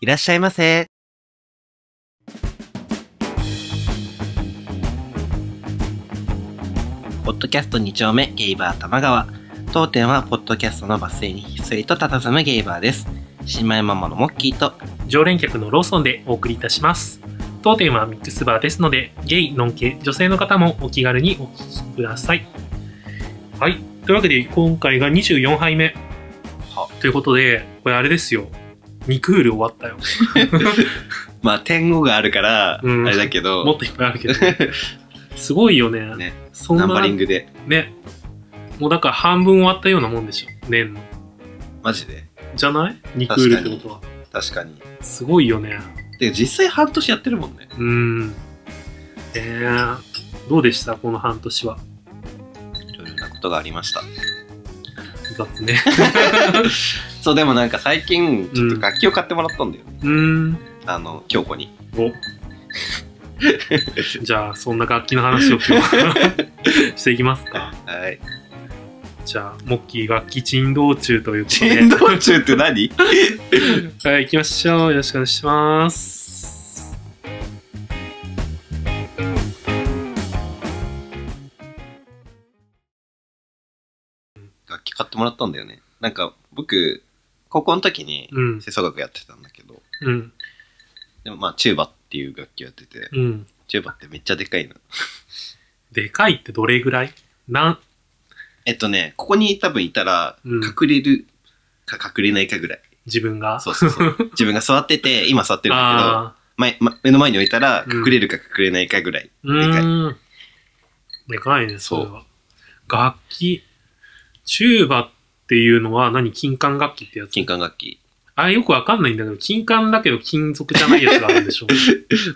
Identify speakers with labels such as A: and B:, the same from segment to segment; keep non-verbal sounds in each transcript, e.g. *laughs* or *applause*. A: いらっしゃいませ。ポッドキャスト2丁目ゲイバー玉川。当店はポッドキャストのバス停にひっそりと佇むゲイバーです。新米ママのモッキーと
B: 常連客のローソンでお送りいたします当店はミックスバーですのでゲイノン系女性の方もお気軽にお聞きくださいはいというわけで今回が24杯目
A: は
B: ということでこれあれですよ2クール終わ
A: *laughs*
B: ったよ
A: まあ、天狗があるから、
B: うん
A: あれだけど、
B: もっといっぱいあるけどすごいよね
A: ね
B: そん
A: ナ
B: な
A: ンバリングで、
B: ねもうだから半分終わったようなもんでしょ年の
A: マジで、
B: じゃない ?2 クールってことは
A: 確かに。
B: すごいよね
A: で、実際半年やってるもんね。
B: うんえー、どうでしたこの半年はい
A: ろいろなことがありました。
B: 雑ね
A: そう、でもなんか最近、ちょっと楽器を買ってもらったんだよ。
B: うーん。
A: あの、京子に。
B: お。 *laughs* じゃあ、そんな楽器の話を今日 *laughs* はしていきますか。 *laughs*
A: はい。
B: じゃあ、モッキー楽器珍道中ということで。
A: 珍道 *laughs* 中って何
B: はい、行きましょう。よろしくお願いします。
A: 楽器買ってもらったんだよね。なんか、僕、高校の時に
B: うん、
A: 吹奏楽やってたんだけど、
B: うん、
A: でもまあ、チューバっていう楽器をやってて、
B: うん。
A: チューバってめっちゃでかいの。
B: でかいってどれぐらいなん、
A: えっとね、ここに多分いたら、
B: うん
A: 隠れるか隠れないかぐらい。
B: 自分が。
A: そうそうそう。
B: *laughs*
A: 自分が座ってて、今座ってるんだけど、
B: ああ、
A: 前ま目の前に置いたら、
B: うん
A: 隠れるか隠れないかぐらい。
B: うーん。でかいね、それは。楽器、チューバっていうのは何金管楽器ってやつ
A: 金管楽器。
B: あれよくわかんないんだけど、金管だけど金属じゃないやつがあるん
A: *laughs*
B: でしょ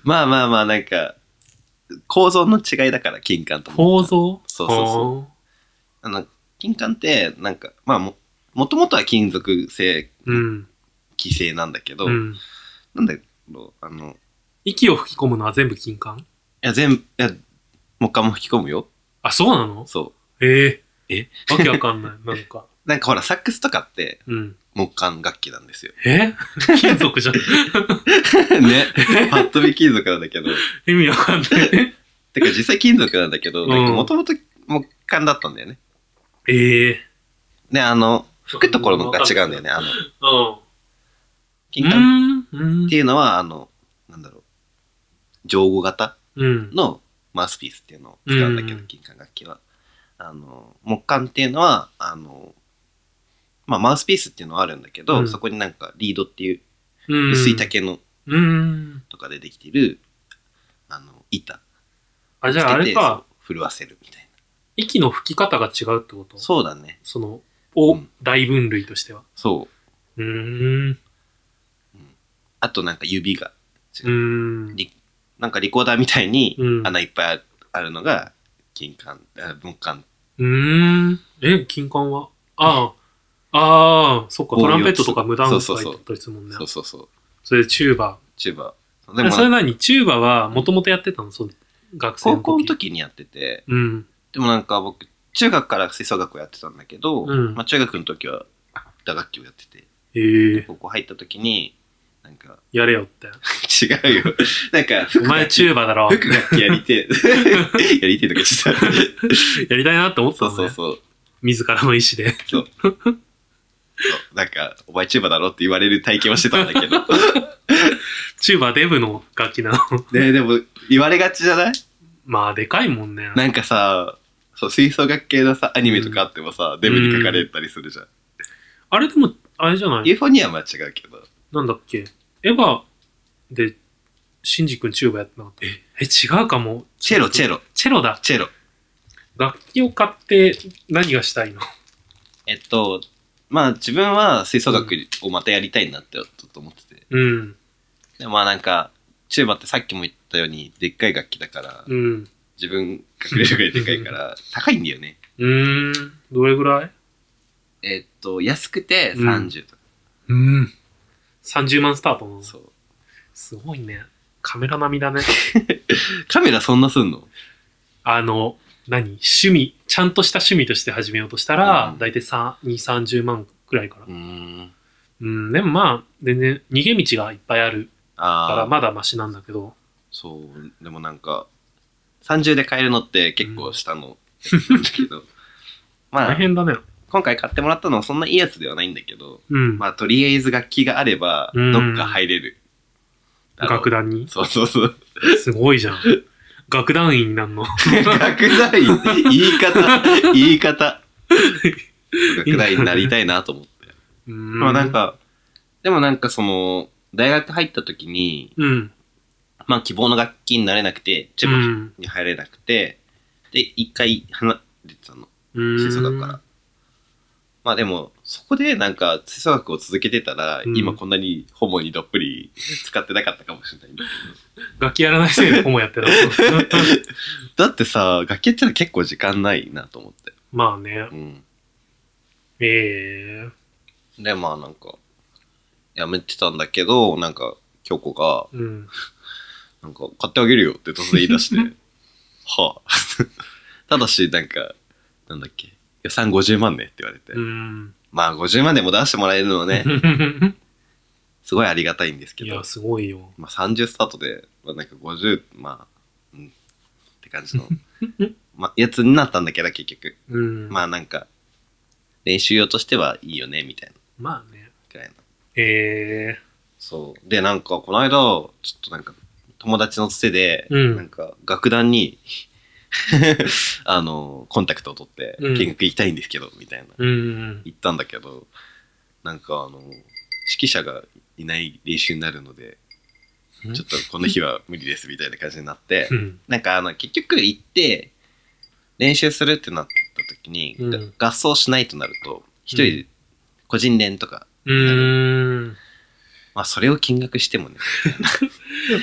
A: まあまあまあ、なんか、構造の違いだから、金管と。
B: 構造
A: そうそうそうあの、金管って、なんか、まあも、もともとは金属製、
B: うん。
A: 規制なんだけど、
B: うん。
A: なんだろう、あの、い
B: 息を吹き込むのは全部金管
A: や、全部、いや、もう一回も吹き込むよ。
B: あ、そうなの
A: そ
B: ええ
A: え
B: わけわかんない。
A: *laughs*
B: なんか。
A: う。なんかほら、サックスとかって、
B: うん。。
A: 木管楽器なんです *laughs* よ
B: え金
A: *laughs*
B: 属じゃん。
A: ね。パッと見金属なんだけど。
B: 意味わかんない。
A: てか実際金属なんだけど、
B: うん
A: なんかもともと木管だったんだよね。
B: ええ
A: ね、あの、吹くところのが違うんだよね。あの、
B: うん。
A: 金管
B: うーん。
A: っていうのは、あの、なんだろう、上語型
B: うん。
A: のマウスピースっていうのを使うんだけど、
B: うん
A: 金管楽器は。あの、木管っていうのは、あの、まあ、マウスピースっていうのはあるんだけど、
B: うん
A: そこになんかリードっていう
B: うん。
A: 薄い。竹の
B: うん。
A: とかでできている、あの、板
B: あ、じゃああ
A: つけ
B: れ
A: て、
B: か、
A: そう震わせるみたい
B: 息の吹き方が違うってこと
A: な。そうだね。
B: その、お、
A: うん
B: 大分類としては。
A: そう。
B: うーん。
A: あとなんか指が、
B: うーん。
A: なんかリコーダーみたいに
B: うん
A: 穴いっぱいあるのが、金管、あ木管。
B: うーん。え、金管はああ。ああ、そっか。
A: 棒を
B: ト
A: 四つ
B: ランペットとか無断
A: そ
B: 使
A: う
B: い
A: そうそう
B: とったりするもんね
A: そ。うそうそう。
B: それでチューバ
A: チューバー。で
B: ー。
A: も
B: それなにチューバーはもともとやってたのそう。学生
A: 高
B: の時。
A: 校の時にやってて、
B: うん。
A: でもなんか僕、中学から吹奏楽をやってたんだけど、
B: うん
A: まあ、中学の時は打楽器をやってて、
B: ええ
A: 高校入った時に、なんか、
B: やれよって。
A: 違うよ。なんか、
B: お
A: 服
B: 前
A: 楽器
B: チューバーだろ。
A: 服楽器やりて
B: *laughs*
A: え、やりてえとか言ってた。
B: やりたいなって思ってた
A: そ
B: の
A: う
B: ね。
A: そうそう。
B: 自らの意
A: *laughs*
B: 思で。
A: そうなんか、お前チューバだろって言われる体験をしてたんだけ *laughs* ど。
B: チューバーデブの楽器なの。 *laughs*
A: で、でも、言われがちじゃない
B: まあ、でかいもんね。
A: なんかさ、そう、吹奏楽系のさ、アニメとかあってもさ、デブに書かれたりするじゃん。
B: あれでも、あれじゃない
A: ユーフォニアムは違うけど。
B: なんだっけエヴァで、シンジ君チューバーやってなかった。え、違うかも。
A: チェロ、チェロ、
B: チェロだ。
A: チェロ。
B: 楽器を買って何がしたいの
A: えっと、まあ自分は吹奏楽をまたやりたいなってちょっと思ってて。
B: うん。
A: でまあなんか、チューバってさっきも言ったように、でっかい楽器だから、
B: うん。
A: 自分隠れるぐらいでかいから、高いんだよね。
B: うーん。どれぐらい
A: えっと、安くて30とか、
B: うん。30万スタートなの
A: そう。
B: すごいね。カメラ並みだね。
A: カメラそんなすんの
B: あの、何趣味、ちゃんとした趣味として始めようとしたら、
A: うん
B: 大体だいたい2、30万くらいから
A: うーん。
B: うん、でもまあ、全然逃げ道がいっぱいあるか
A: あ
B: ら、
A: あ、
B: まだマシなんだけど、
A: そう、でもなんか、30で買えるのって結構下の、なんだけど、 *laughs* ま
B: 大
A: あ、
B: 変だね。
A: 今回買ってもらったのはそんないいやつではないんだけど、
B: うん。
A: まあ、とりあえず楽器があれば、
B: うん
A: どっか入れる。だろう
B: 楽
A: *laughs*
B: 団に。
A: そうそうそう。
B: すごいじゃん。楽団員になんの。
A: 学大言い方、言い方。学大になりたいなと思って。
B: うん。
A: まあなん、か、でもなんかその、大学入った時に、
B: うん。
A: まあ希望の楽器になれなくて、千
B: う
A: 葉
B: ん
A: に入れなくて、で、一回離れてたの、
B: うん
A: 吹奏楽から。まあでも、そこでなんか吹奏楽を続けてたら、
B: うん
A: 今こんなにホモにどっぷり使ってなかったかもしれないんだ
B: 楽器やらないせいでホモやってた。 *laughs*
A: けど。だってさ、楽器やってたら結構時間ないなと思って。
B: まあね
A: う。ん。
B: ええ。
A: で、まあなんか、やめてたんだけど、なんか、京子が、
B: うん。
A: なんか、買ってあげるよって突然言い出して、
B: *laughs*
A: はあ。 *laughs* ただし、なんか、なんだっけ、予算50万ねって言われて、
B: うん。
A: まあ50万でも出してもらえるのはね、すごいありがたいんですけ
B: *laughs* い
A: ど
B: や、、すごいよ。
A: まあ30スタートで、まあなんか50、まあ、うん、って感じ
B: *laughs*
A: の、まあ、やつになったんだけど、結局。
B: うん。
A: まあなんか、練習用としてはいいよね、みたいな、
B: まあね。
A: くらいの。
B: ええ。
A: そう。で、なんか、この間、ちょっとなんか、友達のつてで、
B: うん
A: なんか、楽団に、 *laughs* あの、コンタクトを取って、
B: うん
A: 見学行きたいんですけど、みたいな、
B: うん。
A: 言ったんだけど、なんか、あの、指揮者がいない練習になるので、
B: うん
A: ちょっとこの日は無理です、みたいな感じになって
B: う、ん。
A: なんか、あの、結局行って、練習するってなった時に、
B: うん
A: 合奏しないとなると、一人で個人練とか、
B: うん。
A: まあ、それを見学して
B: *laughs*
A: もね、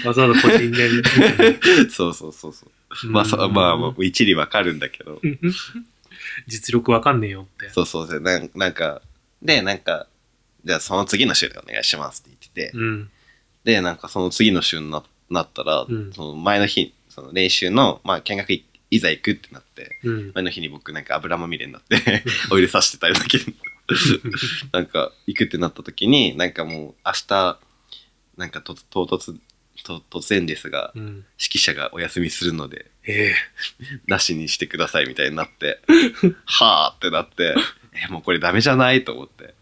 B: わざわざ個人で。
A: そうそうそうそう。 *laughs* まあ、そまあ、まあ一理わかるんだけど。
B: うん実力わかんねえよって。
A: そうそうそう。なんなんか、で、なんか、じゃあその次の週でお願いしますって言ってて、
B: うん。
A: で、なんかその次の週にななったら、
B: うん
A: その前の日、その練習の、まあ、見学いいざ行くってなって、
B: うん。
A: 前の日に僕なんか油まみれになって、
B: *laughs*
A: オイルさしてたりだけど、なんか行くってなった時に、なんかもう明日、なんかと唐突、と突然ですが、
B: うん。
A: 指揮者がお休みするので、
B: ええ。
A: なしにしてくださいみたいにな
B: *laughs*
A: って、はあってなって、え、もうこれダメじゃないと思って。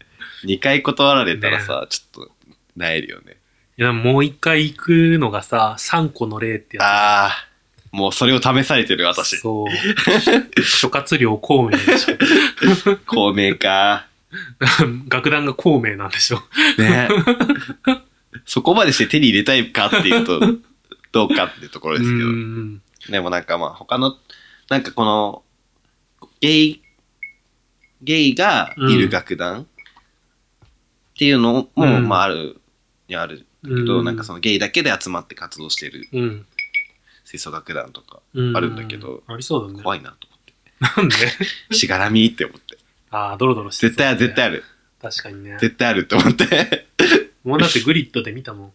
A: 2回断られたらさ、ちょっと、なえるよね。
B: いや、もう一回行くのがさ、3個の例ってや
A: ああ、もうそれを試されてる
B: つ。
A: 私。
B: そう。 *laughs* 諸葛亮孔明でしょ。
A: 孔明か。
B: *laughs* 楽団が孔明なんでしょ。
A: ね。そこまでして手に入れたいかって
B: *laughs*
A: いうと、どうかっていうところ
B: う
A: ですけ
B: ん。
A: ど。でもなんかまあ他の、なんかこの、ゲイ、ゲイがいる楽団っていうのも、
B: うん
A: まあある、にある
B: う
A: けど、なんかそ
B: の、
A: のゲイだけで集まって活動してる
B: うん。
A: 吹奏楽団とか
B: う
A: あるんだけど
B: ありそうだね。
A: 怖いなと思っ
B: なんで
A: てしがらみって思って
B: *laughs* ああ、ドロドロして
A: 絶対ある絶対あ
B: る。
A: る
B: 確かにね。
A: 絶対あるって思って
B: もうだってグリッドで見たもん。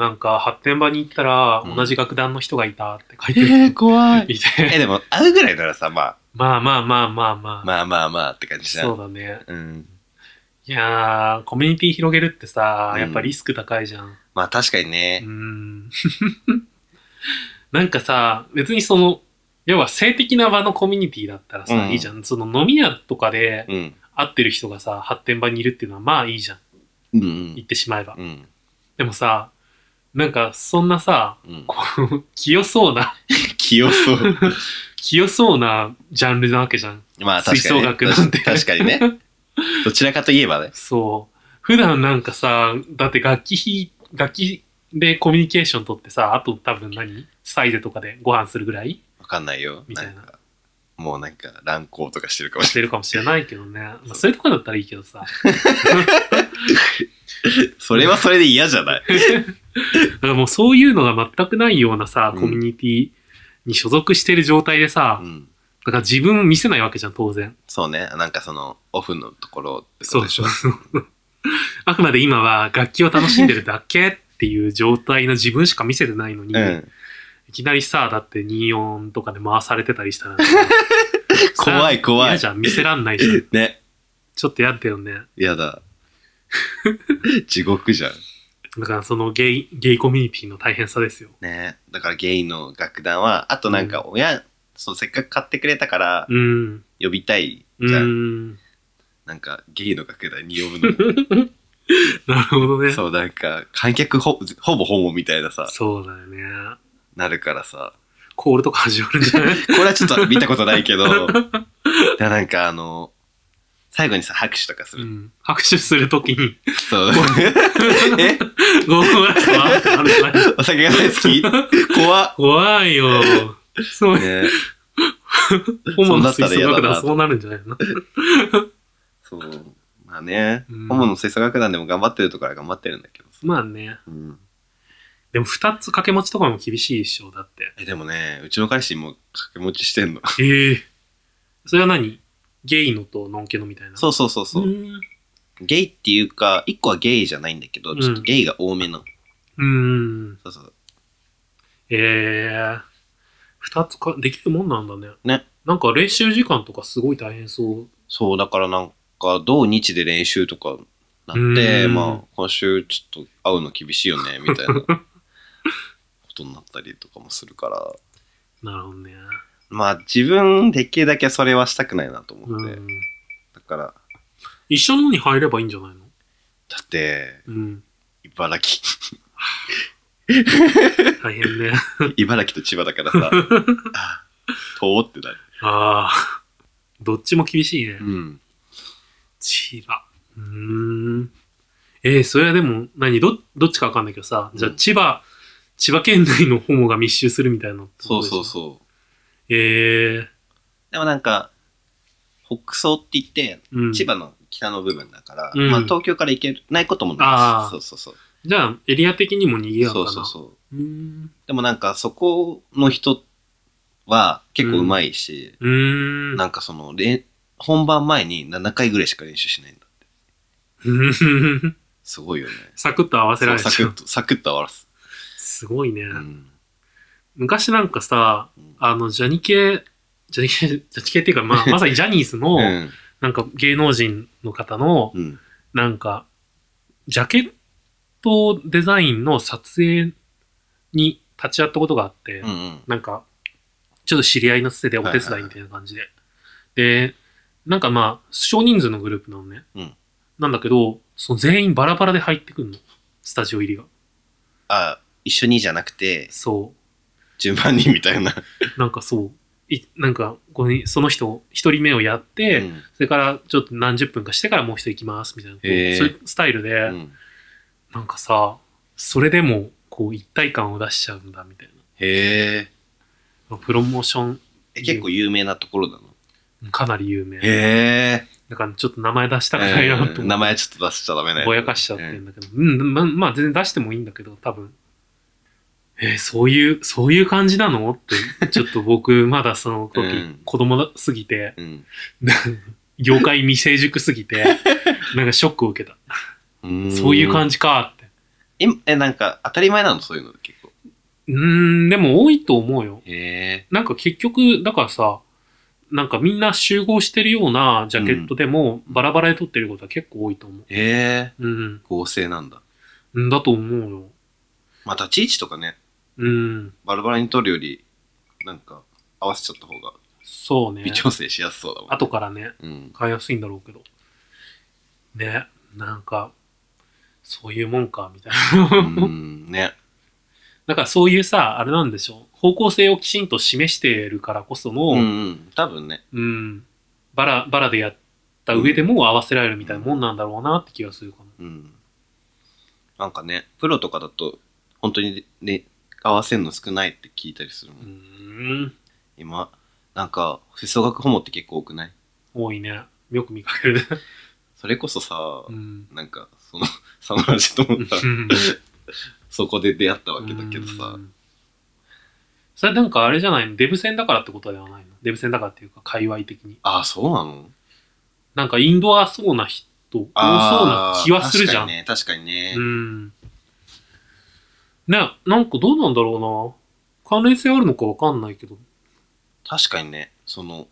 B: なんか、発展場に行ったら、
A: うん
B: 同じ楽団の人がいたって書いてる。
A: えー怖い
B: いて。
A: *laughs*
B: *laughs*
A: えでも会うぐらいならさま
B: まあまあまあまあま
A: あ
B: あ。
A: まあまあまあって感じじゃん
B: そうだね。
A: うん
B: いやー、コミュニティ広げるってさ
A: う、ん
B: やっぱリスク高いじゃん。
A: まあ確かに
B: う
A: ね
B: ん。 *laughs* なんかさ、別にその、要は性的な場のコミュニティだったらさ、
A: うん
B: いいじゃん。その飲み屋とかで
A: うん
B: 会ってる人がさ、発展場にいるっていうのはまあいいじゃん。
A: うんう
B: 言
A: ん
B: ってしまえば。
A: うん
B: でもさ、なんかそんなさ、
A: うん
B: こう、 *laughs* 清そうな、
A: 清そう
B: *laughs* 清そうなジャンルなわけじゃん。
A: まあ確かにね
B: 吹奏楽なんて
A: 確かに
B: *laughs*
A: ねどちらかといえばね
B: そう。普段なんかさ、だって楽器ひ、楽器でコミュニケーション取ってさ、あと多分何サイゼとかでご飯するぐらい
A: わかんないよ
B: みたいな
A: なんかもうなんか乱行とかしてるかもし
B: してるかもしれないけどね。まあ、そういうとこだったらいいけ
A: *laughs*
B: どさ。
A: れないそれはそれで嫌じゃない
B: だからもうそういうのが全くないようなさ、
A: うん
B: コミュニティに所属してる状態でさ、
A: うん
B: だから自分見せないわけじゃん、当然。
A: そうねなんかそのオフのところってこ
B: そ
A: と
B: う
A: でし
B: そ
A: ょ
B: うそう。 *laughs* あくまで今は楽器を楽しんでるだけっていう状態の自分しか見せてないのに、
A: うん
B: いきなりさ、だって24とかで回されてたりしたら、
A: *laughs* 怖い怖
B: 嫌
A: い
B: じ。ゃん、見せらんないじゃん。
A: ね。
B: *laughs* ちょっとやだよね。
A: やだ。地獄じゃん。
B: だからそのゲイ、ゲイコミュニティの大変さですよ。
A: ねだからゲイの楽団は、あとなんか親、そうせっかく買ってくれたから
B: うん。
A: 呼びたいじ
B: う
A: ゃん。
B: ん。
A: なんかゲイの楽団に呼ぶの。
B: なるほ *laughs* どね。
A: そ
B: そう
A: うなんか観客ほほぼホモみたいなさ、
B: だよね。
A: なるからさ。
B: コールとか始まるんじゃ
A: *laughs*
B: ない
A: これはちょっと見たことない
B: *laughs*
A: けど、でもなんかあの、最後にさ、拍手とかす
B: う
A: る。
B: ん。拍手するときに、
A: そう。 *laughs* え
B: ゴーゴーラスはってなるじゃない
A: お酒が大好き怖っ。
B: 怖いよ。そう、
A: ね
B: ホモ
A: そうな
B: の
A: った
B: 吹
A: ら
B: 奏
A: 嫌だな
B: 楽団そうなるんじゃないの
A: そう。まあね、
B: うん
A: ホモの吹奏楽団でも頑張ってるところは頑張ってるんだけどさ。
B: まあね。
A: うん。
B: でも二つ掛け持ちとかも厳しいでしょ、だって。
A: え、でもね、うちの彼氏も掛け持ちしてんの。
B: ええそれは何ゲイのとノンケのみたいな。
A: そうそうそうそう。
B: ん
A: ゲイっていうか、一個はゲイじゃないんだけ
B: う
A: ど、
B: ん
A: ちょっとゲイが多めの。
B: うん。
A: そうそう。
B: ええ二つか、できるもんなんだね。
A: ね。
B: なんか練習時間とかすごい大変そう。
A: そう、だからなんか、同日で練習とかなって、
B: うん
A: まあ、今週ちょっと会うの厳しいよね、みたいな *laughs* ことになったりとかもするから。
B: なるほどね。
A: まあ、自分、できるだけそれはしたくないなと思っ
B: う
A: て。
B: ん。
A: だから、
B: 一緒のに入ればいいんじゃないの
A: だって、
B: うん。
A: 茨城、
B: 大変ね。 *laughs*
A: 茨城と千葉だからさ、あ遠ってなる。
B: ああ。どっちも厳しいね。
A: うん。
B: 千葉。うーん。えー、それはでも、何ど、どっちかわかんないけどさ、
A: うん
B: じゃあ千葉、千葉県内のホモが密集するみたいな。
A: そうそうそう。
B: う。えー、
A: でもなんか、北総って言って、
B: うん。
A: 千葉の北の部分だから、
B: うん
A: まあ東京から行けないことも
B: あ
A: な
B: ー
A: いそうそうそう。
B: じゃあ、エリア的にも賑やか
A: そ
B: な。
A: うそうそう。
B: うーん。
A: でもなんかそこの人は結構うまいし、
B: うーん。
A: なんかそのれ本番前に7回ぐらいしか練習しないんだ。
B: うん
A: すごいよね。
B: *laughs* サクッと合わせられ
A: そうサ
B: ち
A: ク
B: ゃ
A: ッ
B: う。
A: と、サクッと終わらす。
B: すごいね、
A: うん。
B: 昔なんかさ、あの、ジャニ系、ジャニ系、ジャニ系っていう
A: *laughs*
B: か、まあ、まさにジャニーズの、
A: うん。
B: なんか芸能人の方の、
A: うん。
B: なんか、ジャケットデザインの撮影に立ち会ったことがあって、
A: うんうん。
B: なんか、ちょっと知り合いのつてでお手伝いみたいな感じで。で、なんかまあ、少人数のグループなのね。
A: うん
B: なんだけど、その全員バラバラで入ってくんの。スタジオ入りが。
A: あ、一緒にじゃなくて、
B: そ
A: 順番にみたいな。
B: う。なんかそう。いなんかこう、その人、一人目をやって、
A: うん
B: それからちょっと何十分かしてからもう一人行きます、みたいな。こう
A: へー
B: そういうスタイルで、
A: うん
B: なんかさ、それでも、こう、一体感を出しちゃうんだ、みたい
A: へえ。
B: な。プロモーション、
A: え結構有名なところなの。
B: かなり有名。
A: へえ。
B: だから、ちょっと名前出したくないなと思って、
A: うん名前ちょっと出しちゃダメね。
B: ぼやかしちゃってんだけど、うん、ま、まあ、全然出してもいいんだけど、多分。えーそういう、そういう感じなのって、ちょっと僕、まだその時、
A: うん
B: 子供だすぎて、 *laughs*
A: うん。
B: 業界未成熟すぎて、なんかショックを受けた。
A: うん
B: そういう感じかって。
A: え、えなんか当たり前なのそういうの結構。
B: うーん、でも多いと思うよ。
A: へえ。
B: なんか結局、だからさ、なんかみんな集合してるようなジャケットでも、バラバラで撮ってることは結構多いと思う。
A: へえ。
B: うん。
A: 合成なんだ。
B: うんだと思うよ。
A: まあ、立ち位置とかね、
B: うん。
A: バラバラに取るより、なんか、合わせちゃった方が
B: そうね
A: 微。調整しやすそうだもん、ね。
B: 後からね、 *laughs*
A: うん。
B: 買いやすいんだろうけど。ね、なんか、そういうもんか、みたいな。
A: う
B: *laughs*
A: ん、ね。
B: だからそういうさ、あれなんでしょう。方向性をきちんと示してるからこその、
A: う、
B: うん、
A: うんん。多分ね。
B: バラ、バラでやった上でも合わせられるみたいなもんなんだろうなって気がするかな。
A: うん。なんかね、プロとかだと、本当にね、合わせるの少ないって聞いたりするもん。
B: うーん。
A: 今、なんか、吹奏楽ホモって結構多くない
B: 多いね。よく見か
A: *laughs*
B: けるね。
A: それこそさ、
B: うん。
A: なんか、その、 *laughs* サムラジともさ、そこで出会ったわけだけど
B: う
A: さ、
B: ん。それなんかあれじゃないのデブ戦だからってことではないのデブ戦だからっていうか、界隈的に。
A: ああ、そうなの
B: なんかインドアそうな人、多そうな
A: あー
B: 気はするじゃ
A: 確か
B: ん。
A: にね、確かにね。
B: うん。ね、なんかどうなんだろうな。関連性あるのかわかんないけど。
A: 確かにね、その、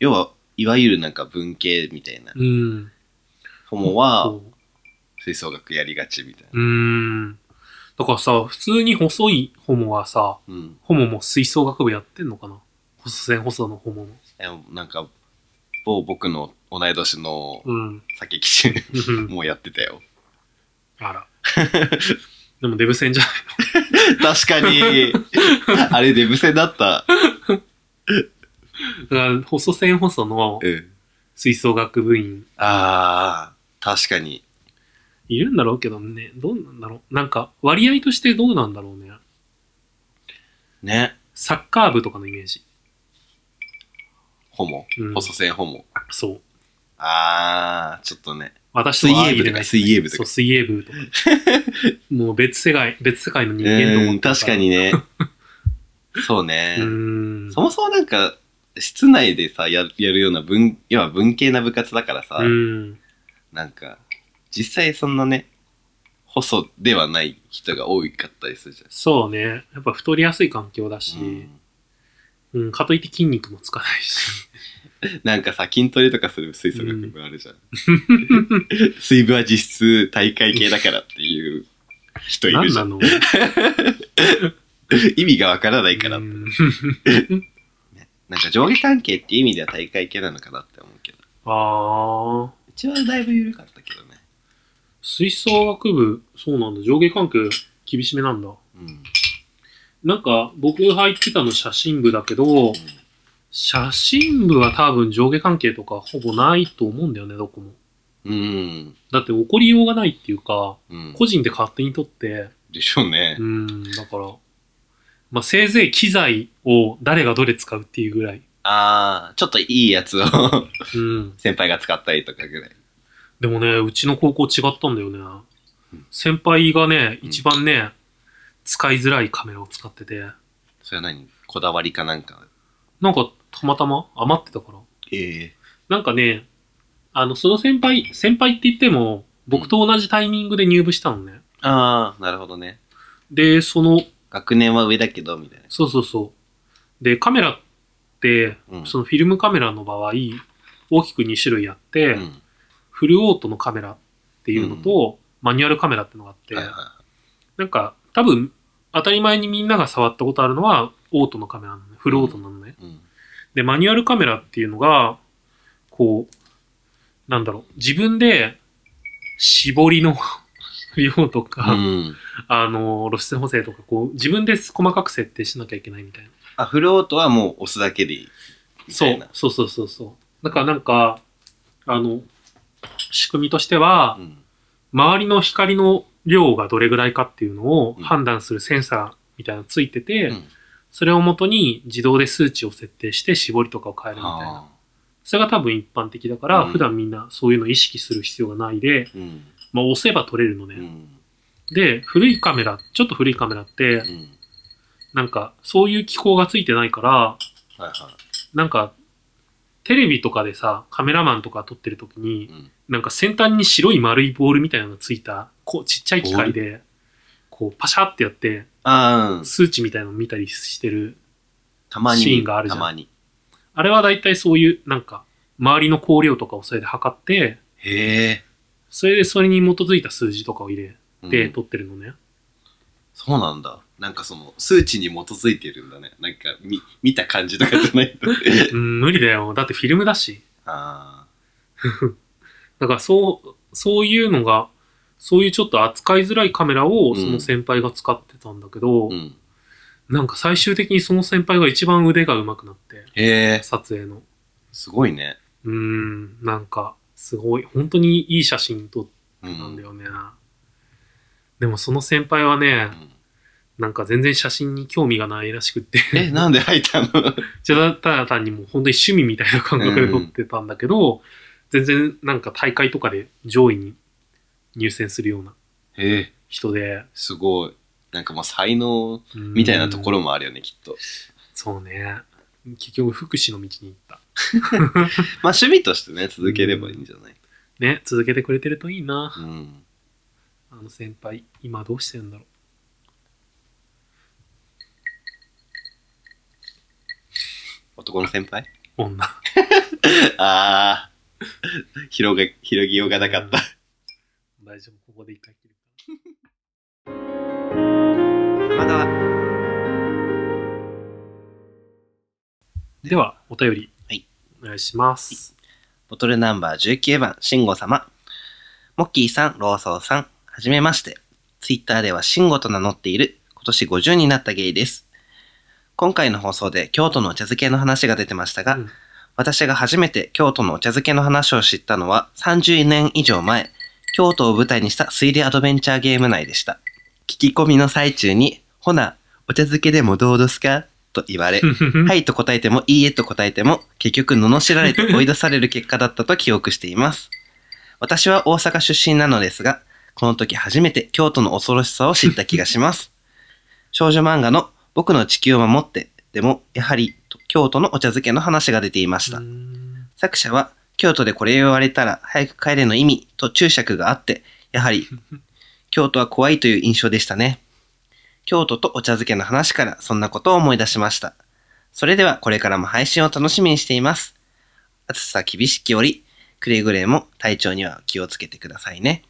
A: 要は、いわゆるなんか文系みたいな、
B: うん。
A: ホモは
B: そ
A: 吹奏楽やりがちみたいな。
B: うーん。だからさ、普通に細いホモはさ、
A: うん。
B: ホモも吹奏楽部やってんのかな細線細のホモも。
A: でもなんか、某僕の同い年の
B: うん。
A: 酒騎士
B: うん
A: もうやってたよ。
B: あら。でもデブ戦じゃない
A: 確か
B: *laughs*
A: に、あれデブ戦だった。
B: だから、細線細の
A: うん。
B: 吹奏楽部員
A: あー、確かに。
B: いるんだろうけどね、どうなんだろう。なんか、割合としてどうなんだろうね。
A: ね。
B: サッカー部とかのイメージ。
A: ホモ。
B: うん
A: 細線ホモ。
B: そう。
A: あー、ちょっとね。
B: 私と
A: 水
B: は相
A: 泳
B: 入
A: 部
B: れ
A: と
B: ない
A: か、。水泳部と
B: そう、
A: か。
B: 水泳部と
A: *laughs*
B: か。もう別世界、別世界の人間と
A: う
B: 思って
A: ん、
B: たら
A: 確か。に
B: *laughs*
A: ね。そうね
B: う。ーん。
A: そもそもなんか、室内でさ、ややるような文、要は文系な部活だからさ、
B: うん。
A: なんか、実際そんなね、細ではない人が多かったりするじゃん。
B: そうね。やっぱ太りやすい環境だし、うん、かといって筋肉もつかないし。
A: なんかさ、筋トレとかする吹奏楽部ある
B: *laughs*
A: じゃん。水部は実質大会系だからっていう人い
B: な
A: る
B: ん
A: じゃ。
B: なんの
A: 意味がわからないから。
B: うん
A: なんか上下関係っていう意味では大会系なのかなって思うけど。
B: ああ。
A: うちはだいぶ緩かったけどね。
B: 吹奏楽部、そうなんだ。上下関係厳しめなんだ。
A: うん。
B: なんか、僕入ってたの写真部だけど、写真部は多分上下関係とかほぼないと思うんだよね、どこも。
A: うん。
B: だって怒りようがないっていうか、
A: うん。
B: 個人で勝手に取って、
A: でしょうね
B: う。ん、だから、まあ、せいぜい機材を誰がどれ使うっていうぐらい。
A: ああ、ちょっといいやつを *laughs*
B: うん。
A: 先輩が使ったりとかぐらい。
B: でもね、うちの高校違ったんだよね
A: うん。
B: 先輩がね、
A: うん
B: 一番ね、使いづらいカメラを使ってて、
A: それは何こだわりかなんか。
B: なんかたまたま余ってたから。
A: ええ
B: なんかね、あの、その先輩、先輩って言っても、僕と同じタイミングで入部したのね。
A: ああ、なるほどね。
B: で、その、
A: 学年は上だけど、みたいな。
B: そうそうそう。で、カメラって、
A: うん。
B: そのフィルムカメラの場合、大きく2種類あって、
A: うん
B: フルオートのカメラっていうのと、マニュアルカメラってのがあって、
A: はいは
B: なんか、多分、当たり前にみんなが触ったことあるのは、オートのカメラなのね。フルオートなのね。
A: いうん
B: で、マニュアルカメラっていうのが、こう、なんだろう、自分で、絞りの *laughs* 量とか、
A: うん。
B: あの、露出補正とか、こう、自分で細かく設定しなきゃいけないみたいな。
A: あ、フルオートはもう押すだけでいい。みた
B: そ
A: いうな。
B: そうそうそうそう。だからなんか、あの、仕組みとしては、
A: うん。
B: 周りの光の量がどれぐらいかっていうのを
A: うん
B: 判断するセンサーみたいなのついてて、
A: うん
B: それをもとに自動で数値を設定して絞りとかを変えるみたいな。
A: あ
B: それが多分一般的だから、
A: うん
B: 普段みんなそういうの意識する必要がないで、
A: ーうん。
B: まあ押せば撮れるの
A: う
B: ね。
A: ん。
B: で、古いカメラ、ちょっと古いカメラって
A: う、ん。
B: なんかそういう機構がついてないから、
A: はいは
B: なんかテレビとかでさ、カメラマンとか撮ってる時
A: い。
B: に
A: う、ん
B: なんか先端に白い丸いボールみたいなのがついた、こうちっちゃい機械で、こうパシャってやって、
A: あーうん。
B: 数値みたいなの見たりしてる。
A: たまに。
B: シーンがあるじゃん
A: たまに。
B: あれはだいたいそういう、なんか、周りの光量とかをそれで測って、
A: へえ。
B: それでそれに基づいた数字とかを入れ
A: うん
B: て撮ってるのね。
A: そうなんだ。なんかその、数値に基づいてるんだね。なんか、み、見た感じとかじゃない *laughs* んだね
B: うん、無理だよ。だってフィルムだし。
A: あ
B: だからそう、そういうのが、そういうちょっと扱いづらいカメラをその先輩が使ってたんだけど、
A: あ。うん。
B: なんか最終的にその先輩が一番腕が上手くなって、
A: へえ。
B: 撮影の。
A: すごいね。
B: うん、なんか、すごい、本当にいい写真撮っ
A: うん。
B: たんだよね。でもその先輩はね、
A: うん
B: なんか全然写真に興味がないらしくって、
A: え、なんで入ったの
B: じゃあただ単にもう本当に趣味みたいな感覚で撮ってたんだけど、全然なんか大会とかで上位に入選するような
A: へえ。
B: 人で、
A: すごい。なんかもう才能みたいなとこ
B: ろ。
A: ろもあるよね、きっと。
B: そうね。結局福祉の道に行った。
A: まあ趣味としてね、続ければいいんじゃない
B: ね、続けてくれてるといいな。
A: うん。
B: あの先輩、今どうしてるんだろ
A: 男の先輩 *laughs*
B: う。女。
A: ああ。広げ、広げようがなかった。
B: うん。大丈夫。ここで一回切るから。
A: まだ。
B: では、お便り。
A: はい
B: お願いします。
A: ボトルナンバー19番、慎吾様。モッキーさん、ローソーさん、はじめまして。ツイッターでは慎吾と名乗っている、今年50になったゲイです。今回の放送で京都のお茶漬けの話が出てましたが、
B: うん
A: 私が初めて京都のお茶漬けの話を知ったのは30年以上前、京都を舞台にした推理アドベンチャーゲーム内でした。聞き込みの最中に、ほな、お茶漬けでもどうですかと言われ、は
B: はい。 *laughs*
A: いと答えても、いいえと答えても、結局、罵られて追い出される結果だったと記憶しています。私は大阪出身なのですが、この時初めて京都の恐ろしさを知った気がします。少女漫画の僕の地球を守って、でも、やはり京都のお茶漬けの話が出ていました。作者は、京都でこれ言われたら早く帰れの意味と注釈があって、やはり、 *laughs* 京都は怖いという印象でしたね。京都とお茶漬けの話からそんなことを思い出しました。それではこれからも配信を楽しみにしています。暑さ厳しき折、くれぐれも体調には気をつけてくださいね。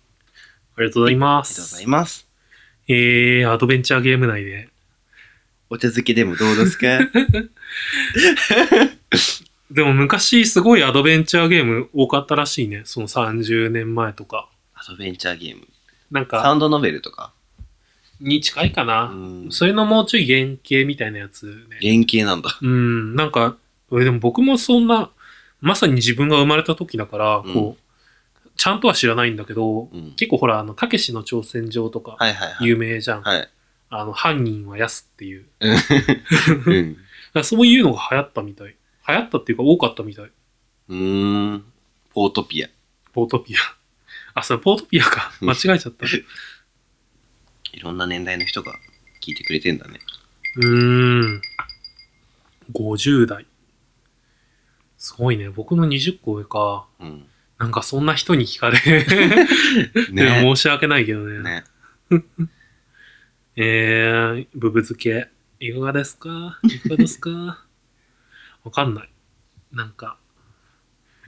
B: ありがとうございま
A: ありがとうござ
B: す
A: い。ます。
B: えー、アドベンチャーゲーム内で。
A: お茶漬けでもどうですか
B: でも昔すごいアドベンチャーゲーム多かったらしいね。その30年前とか。
A: *laughs* アドベンチャーゲーム。
B: なん
A: サ
B: か、
A: ウンドノベルとか。
B: に近いか
A: う
B: な。
A: ん。
B: それのもうちょい原型みたいなやつね。
A: 原型なんだ。
B: うん、なんか、えでも僕もそんな、まさに自分が生まれた時だから、
A: うん
B: こう、ちゃんとは知らないんだけど、
A: うん
B: 結構ほら、あの、たけしの挑戦状とか、
A: はいはいはい。
B: 有名じゃん。
A: はい。
B: あの、犯人は安っていう。だ
A: うん。 *laughs*
B: からそういうのが流行ったみたい。流行ったっていうか多かったみたい。
A: うーん。ポートピア。
B: ポートピア。あ、それポートピア
A: *laughs*
B: か。間違えちゃった。う
A: いろんな年代の人が聞いてくれてんだね。
B: ーん。50代。すごいね。僕の20個上か。
A: うん。 *laughs*
B: なんかそんな人に聞かれ、
A: ね
B: *laughs* 申し訳ないけどね。
A: ね。
B: えー、ブブ漬け。いかがですかいかがですか *laughs* わかんない。なんか、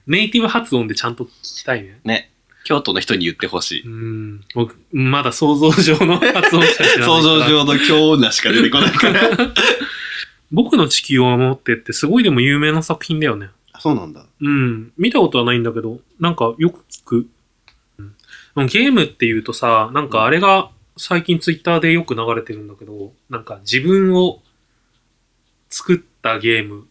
B: ネイティブ発音でちゃんと聞きたいね。
A: ね。京都の人に言ってほし
B: う
A: い。
B: ん。僕、まだ想像上の発音しか知らないか
A: *laughs*
B: ら。
A: 想像上の京女しか出てこないから。 *laughs*
B: 僕の地球を守ってってすごいでも有名な作品だよね。
A: そうなんだ。
B: うん。見たことはないんだけど、なんかよく聞く。うん、でもゲームっていうとさ、なんかあれが最近ツイッターでよく流れてるんだけど、なんか自分を作ったゲーム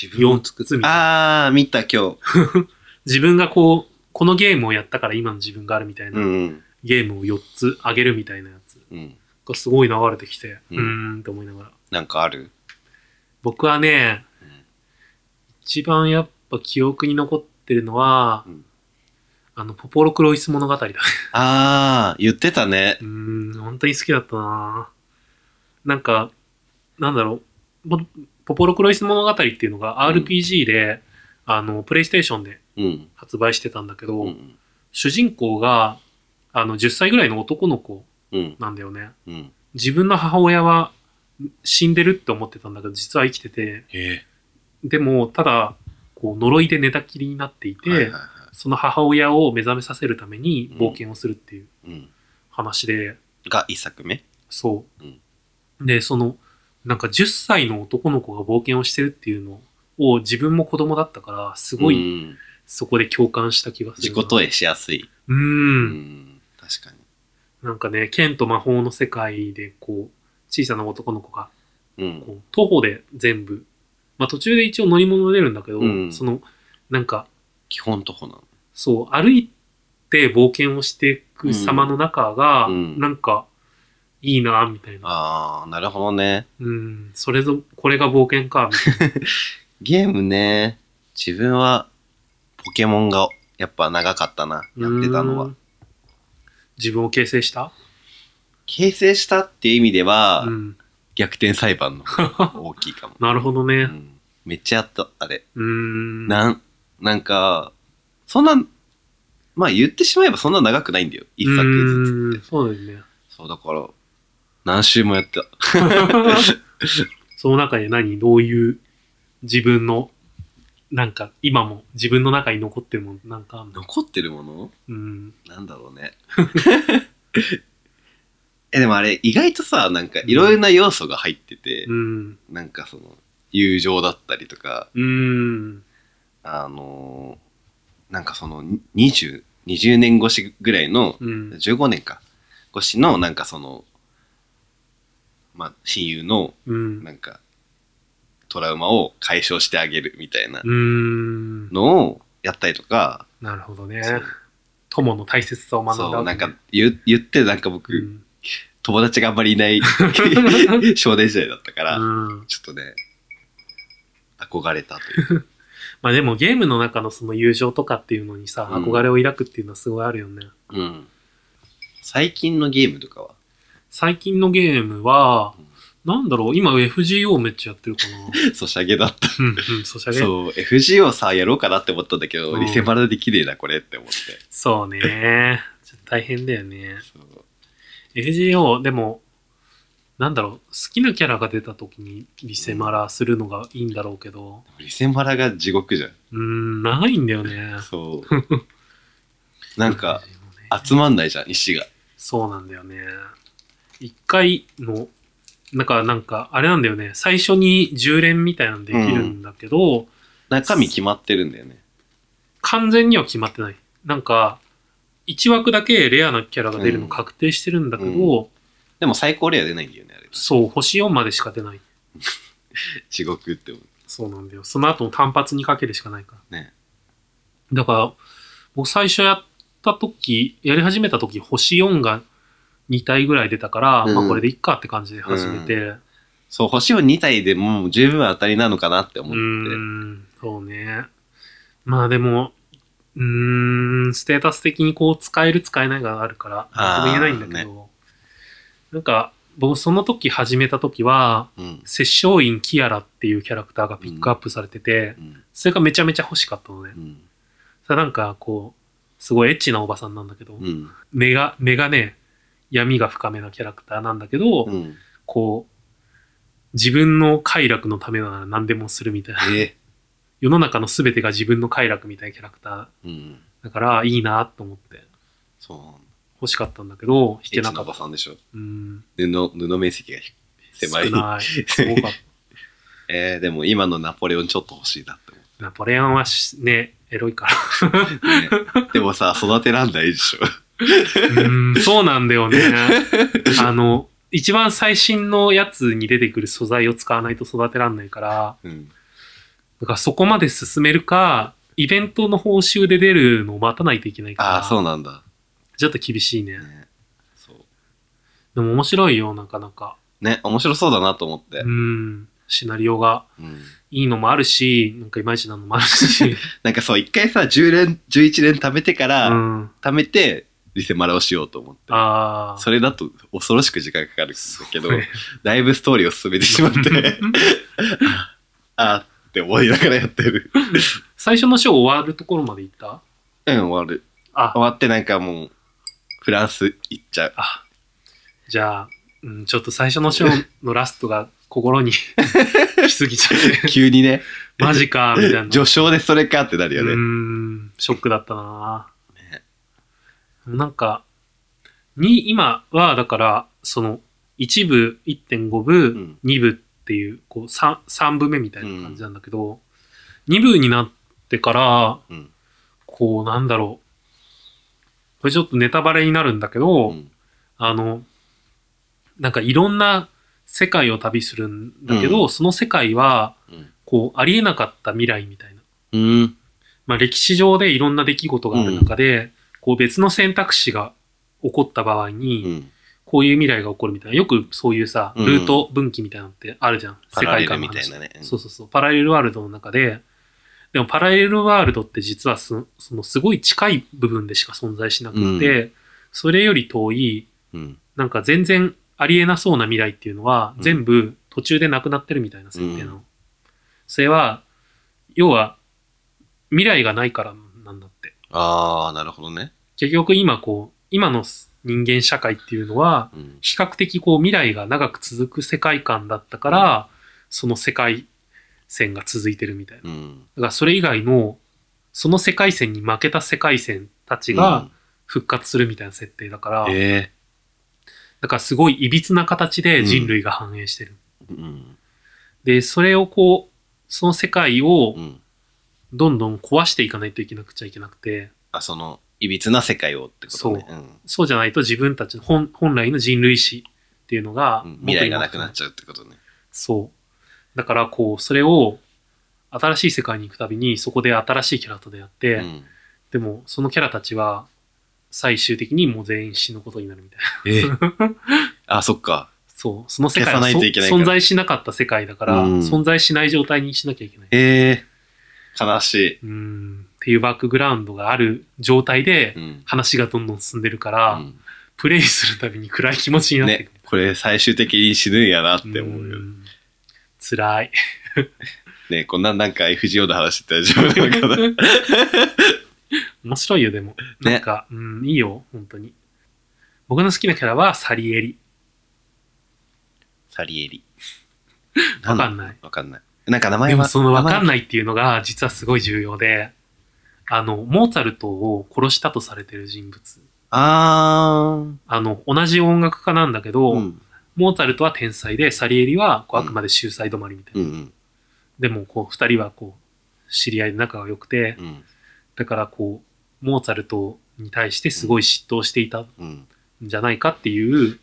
A: 自
B: 4つみたいな。
A: あー、見た今日。
B: 自分がこう、このゲームをやったから今の自分があるみたいな、
A: うん。
B: ゲームを4つあげるみたいなやつ
A: うん。
B: がすごい流れてきて、
A: う
B: う
A: ん
B: ーんって思いながら。
A: なんかある
B: 僕は
A: う
B: ね、
A: ん
B: 一番やっぱ記憶に残ってるのは、
A: うん
B: あの、ポポロクロイス物語だね。
A: あー、言ってたね
B: う。ーん、本当に好きだったななんか、なんだろう、ポポポロクロイス物語っていうのが
A: うん
B: RPG で、あの、プレイステーションで
A: うん。
B: 発売してたんだけど、
A: うん。
B: 主人公が、あの、10歳ぐらいの男の子
A: うん。
B: なんだよね。
A: うん。
B: 自分の母親は死んでるって思ってたんだけど、実は生きてて、
A: へえ。
B: でも、ただ、こう、呪いで寝たきりになっていて、
A: はいはいは
B: その母親を目覚めさせるために冒険をするっていう
A: い。うん。
B: 話で、
A: が一作目
B: そう、
A: うん
B: で、その、なんか10歳の男の子が冒険をしてるっていうのを自分も子供だったから、すごい
A: い。
B: そこで共感した気がす
A: 自
B: るな。
A: 己投影しやすい。
B: う。
A: うんん。確か
B: なんかね、剣と魔法の世界で、こう、小さな男の子が、
A: に。うん。
B: こう、徒歩で全部、まあ途中で一応乗り物出るんだけど、
A: うん
B: その、なんか、
A: 基本とこなの。
B: そう、歩いて冒険をしていく様の中が、
A: うんうん
B: なんか、いいな、みたいな。
A: あー、なるほどね。
B: うん、それぞ、これが冒険か、みたい
A: ゲームね、自分はポケモンがやっぱ長かったな、 *laughs* や
B: な。
A: ってたの
B: う
A: は
B: ん。。自分を形成した
A: 形成したっていう意味では、
B: うん。
A: 逆転裁判の方
B: *laughs*。
A: が大きいかも
B: なるほど
A: う
B: ね。
A: ん、めっちゃあった、あれ。
B: うん。
A: なん、なんか、そんな、まあ言ってしまえばそんな長くないんだよ。一作ずつ
B: うんそうだよね。 *laughs*
A: つ。そう、だから、何周もやってた。
B: その中で何、どういう自分のなんか、今も自分の中に残ってるもん、なんかあんの。
A: 残ってるもの
B: うん。
A: なんだろう
B: *laughs*
A: ね。 *laughs* え、でもあれ、意外とさ、なんかいろいろな要素が入ってて、
B: うん。
A: なんかその、友情だったりとか、
B: うん。
A: あのーなんかその、20、20年越しぐらいの、
B: うん。
A: 15年か、越しの、なんかその、まあ、親友の、
B: うん。
A: なんか、トラウマを解消してあげるみたいな
B: うん。
A: のをやったりとか、
B: なるほどね
A: そう。
B: 友の大切さを学んだ
A: そう、
B: わ
A: なん
B: けね。
A: か言言って、なんか僕、
B: うん、
A: 友達があんまりい
B: *laughs*
A: ない少年時代だったから、
B: うん。
A: ちょっとね、憧れたというか。
B: まあでもゲームの中のその友情とかっていうのにさ、
A: うん
B: 憧れを抱くっていうのはすごいあるよね。
A: うん。最近のゲームとか
B: *laughs*
A: は
B: 最近のゲームは
A: うん、
B: なんだろう、今 FGO めっちゃやってるか
A: *laughs*
B: な。
A: ソシャゲだった。
B: うんうん、ソシャゲ。そう
A: そう、FGO さ、やろうかなって思ったんだけど、
B: うん
A: リセマラできねえな、これって思って。
B: ね。ちょっと大変だよね。
A: そう
B: FGO、でも、なんだろう、好きなキャラが出た時にリセマラするのがいいんだろうけど、
A: リセマラが地獄じゃん。
B: うーん、ないんだよね。
A: そう。なんか、
B: FGO ね
A: 集まんないじゃん、石が。
B: そうなんだよね。一回の、なんか、なんか、あれなんだよね。最初に10連みたいなのできるんだけど、
A: 中身決まってるんだよね。
B: 完全には決まってない。なんか、1枠だけレアなキャラが出るの確定してるんだけど、
A: うでも最高レア出ないんだよね、あれ。
B: そう、星4までしか出ない。
A: 地獄って思
B: そうなんだよ。その後も単発にかけるしかないから。
A: う。ね。
B: だから、僕最初やった時、やり始めた時、星4が2体ぐらい出たから、
A: うん
B: まあこれでいっかって感じで始めて、
A: そう、星を2体でもう十分当たりなのかなって思
B: う
A: っ
B: ー
A: て。
B: ん、そうね。まあでも、うーん、ステータス的にこう使える使えないがあるから、なんとも言えないんだけど、なんか僕その時始めた時は、
A: うん。
B: 殺生院キアラっていうキャラクターがピックアップされてて、
A: うん。
B: それがめちゃめちゃ欲しかったのね
A: う。ん。
B: それなんかこう、すごいエッチなおばさんなんだけど、
A: うん。
B: 目が、目がね、闇が深めなキャラクターなんだけど、 *laughs*
A: うん。
B: こう、自分の快楽のためなら何でもするみたいな。
A: え
B: 世の中の全てが自分の快楽みたいなキャラクター
A: うん。
B: だからいいなと思って
A: そうなんだ。
B: 欲しかったんだけど弾け
A: 池
B: な
A: 中
B: かった
A: 場さんでしょ。
B: うん
A: 布、布面積が低い狭い
B: 少。
A: *laughs*
B: ないすごかっ
A: えー、でも今のナポレオンちょっと欲しいなって思
B: たナポレオンはしねエロ
A: *laughs*
B: いから
A: う、ね。でもさ、育てらんないでしょ。
B: うんそうなんだ
A: *laughs*
B: よねあの一番最新のやつに出てくる素材を使わないと育てらんないから
A: うん。
B: だからそこまで進めるかイベントの報酬で出るのを待たないといけないから
A: ああ、そうなんだ。
B: ちょっと厳しいね
A: ね。そう。
B: でも面白いよなかなか
A: ね、面白そうだなと思って
B: う。んシナリオが
A: うん。
B: いいのもあるし、なんかいまいちなのもあ
A: *laughs*
B: るし、
A: なんかそう、一回さ、10連、11連貯めてか
B: う
A: ら、
B: ん。
A: 貯めて、リセマラをしようと思って。
B: ああ。
A: それだと恐ろしく時間かかるんだけど
B: そう、ね
A: だいぶストーリーを進めてしまって、あーって思いながらやってる。
B: *laughs* 最初の章終わるところまで行った
A: うん、終わる。
B: あ、
A: 終わってなんかもう、フランス行っちゃう。
B: あ、じゃあ、うん、ちょっと最初の章のラストが心に *laughs* 来すぎ
A: *laughs*
B: ちゃって、
A: 急にね、
B: マジか、みたいな。
A: 序章でそれかってなるよ
B: う
A: ね。
B: ん、ショックだったな、
A: ね
B: なんか、に、今は、だから、その、1部、1.5部、
A: ん
B: 2部っていう、こう3、3部目みたいな感じなんだけど、2部になってから、
A: うん。
B: こう、なんだろう。これちょっとネタバレになるんだけど、
A: うん
B: あの、なんかいろんな世界を旅するんだけど、
A: う
B: その世界は、
A: うん
B: こう、ありえなかった未来みたいな。
A: うん。
B: まあ歴史上でいろんな出来事がある中で、こう別の選択肢が起こった場合に、
A: うん。
B: こういう未来が起こるみたいな。よくそういうさ、
A: うん
B: ルート分岐みたいなのってあるじゃん。
A: パラレル
B: 観の
A: み
B: 話
A: たいなね。
B: そうそうそう、パラレルワールドの中で、でもパラレルワールドって実はすそのすごい近い部分でしか存在しなくて、それより遠い、
A: うん。
B: なんか全然ありえなそうな未来っていうのは、
A: うん
B: 全部途中でなくなってるみたいな設定なの。
A: う
B: それは、要は、未来がないからなんだって。
A: ああ、なるほどね。
B: 結局今こう、今の人間社会っていうのは、
A: うん。
B: 比較的こう未来が長く続く世界観だったから、その世界線が続いてるみたいな。
A: うん。
B: だからそれ以外の、その世界線に負けた世界線たちが復活するみたいな設定だから、
A: うん、え
B: だからすごい歪な形で人類が繁栄してる。
A: ーうん。
B: で、それをこう、その世界を
A: うん。
B: どんどん壊していかないといけなくちゃいけなくて、
A: あ、その、いびつな世界をってことね。うん
B: そうじゃないと自分たちの本本来の人類史っていうのが
A: うん。未来がなくなっ
B: ゃう。
A: ちゃうってことね。
B: そう。だからこう、それを新しい世界に行くたびにそこで新しいキャラと出会って、
A: うん。
B: でもそのキャラたちは最終的にもう全員死ぬことになるみたいな。
A: えーあ、そっか。
B: そう。その世界は
A: 消さないといけないから
B: 存在しなかった世界だから、
A: うん
B: 存在しない状態にしなきゃいけない。
A: えー悲し
B: うーん。っていうバックグラウンドがある状態で
A: い。うん。
B: 話がどんどん進んでるから、
A: うん
B: プレイするたびに暗い気持ちになってく
A: ね、これ最終的に死ぬんやなって思うよ。
B: ん辛い。
A: ね、こんななんか FGO の話って大丈夫なのかな
B: 面白いよ、でも。
A: ね
B: なんか、うん、いいよ、本当に。僕の好きなキャラはサリエリ。
A: サリエリ。
B: わかんない。
A: わかんない。なんか名前
B: でも
A: は。
B: そのわかん
A: い。
B: ないっていうのが実はすごい重要で、あの、モーツァルトを殺したとされてる人物。
A: あ
B: あの、同じ音楽家なんだけ
A: ー。
B: ど、
A: うん。
B: モーツァルトは天才で、サリエリはこうあくまで秀才止まりみたいな。
A: うんうん。
B: でも、こう、二人はこう、知り合いで仲が良くて、
A: うん。
B: だからこう、モーツァルトに対してすごい嫉妬していたん
A: うん。
B: じゃないかっていう
A: うん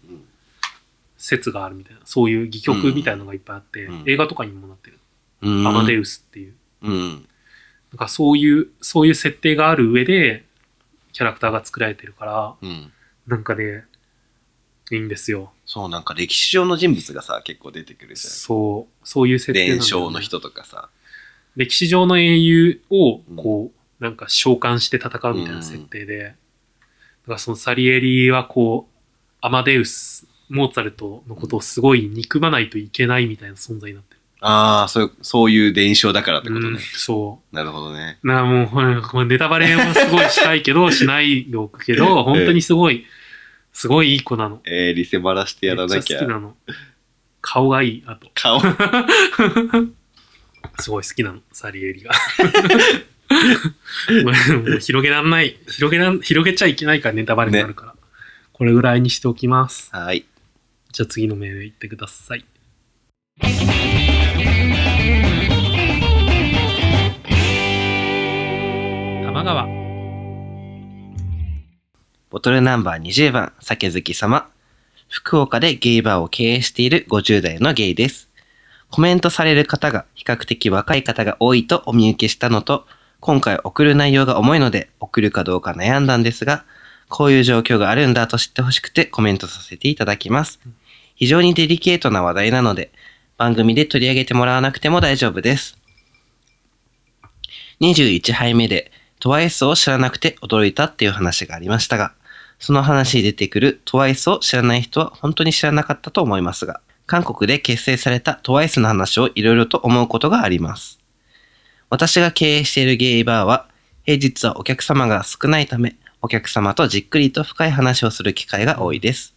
B: 説があるみたいな。そういう戯曲みたいのがいっぱいあって、
A: うん
B: 映画とかにもなってる。
A: うん。
B: アマデウスっていう。
A: うん。
B: なんかそういう、そういう設定がある上で、キャラクターが作られてるから、
A: うん。
B: なんかね、いいんですよ。
A: そう、なんか歴史上の人物がさ、結構出てくるじゃ
B: そう、そういう設
A: ん。
B: 定な
A: 伝
B: んだよね
A: 承の。人とかさ。
B: 歴史上の英雄を、こう、なんか召喚して戦うみたいな設定で、だからそのサリエリはこう、アマデウス、モーツァルトのことをすごい憎まないといけないみたいな存在になってる。
A: ああ、そういう、そういう伝承だからってこと
B: うん
A: ね。
B: そう。
A: なるほどね。
B: なもうほら、これネタバレもすごいしたいけど、しないでおく *laughs* けど、本当にすごい、すごいいい子なの。
A: えー、リセバラしてやら
B: めっ
A: な
B: ち
A: き
B: ゃ
A: ゃ
B: 好き。なの。顔がいい、あと。
A: 顔。
B: すごい好きなの、サリエリが。 *laughs* ごめんもう広げらんない、広げらん、広げちゃいけないからネタバレになるから。これぐらいにしておきます。
A: はい。
B: じゃあ次のメール行ってください。玉川。
A: ボトルナンバー20番、酒好き様。福岡でゲイバーを経営している50代のゲイです。コメントされる方が比較的若い方が多いとお見受けしたのと、今回送る内容が重いので送るかどうか悩んだんですが、こういう状況があるんだと知ってほしくてコメントさせていただきます。非常にデリケートな話題なので、番組で取り上げてもらわなくても大丈夫です。21杯目で TWICE を知らなくて驚いたっていう話がありましたが、その話に出てくる TWICE を知らない人は本当に知らなかったと思いますが、韓国で結成された TWICE の話をいろいろと思うことがあります。私が経営しているゲイバーは、平日はお客様が少ないため、お客様とじっくりと深い話をする機会が多いです。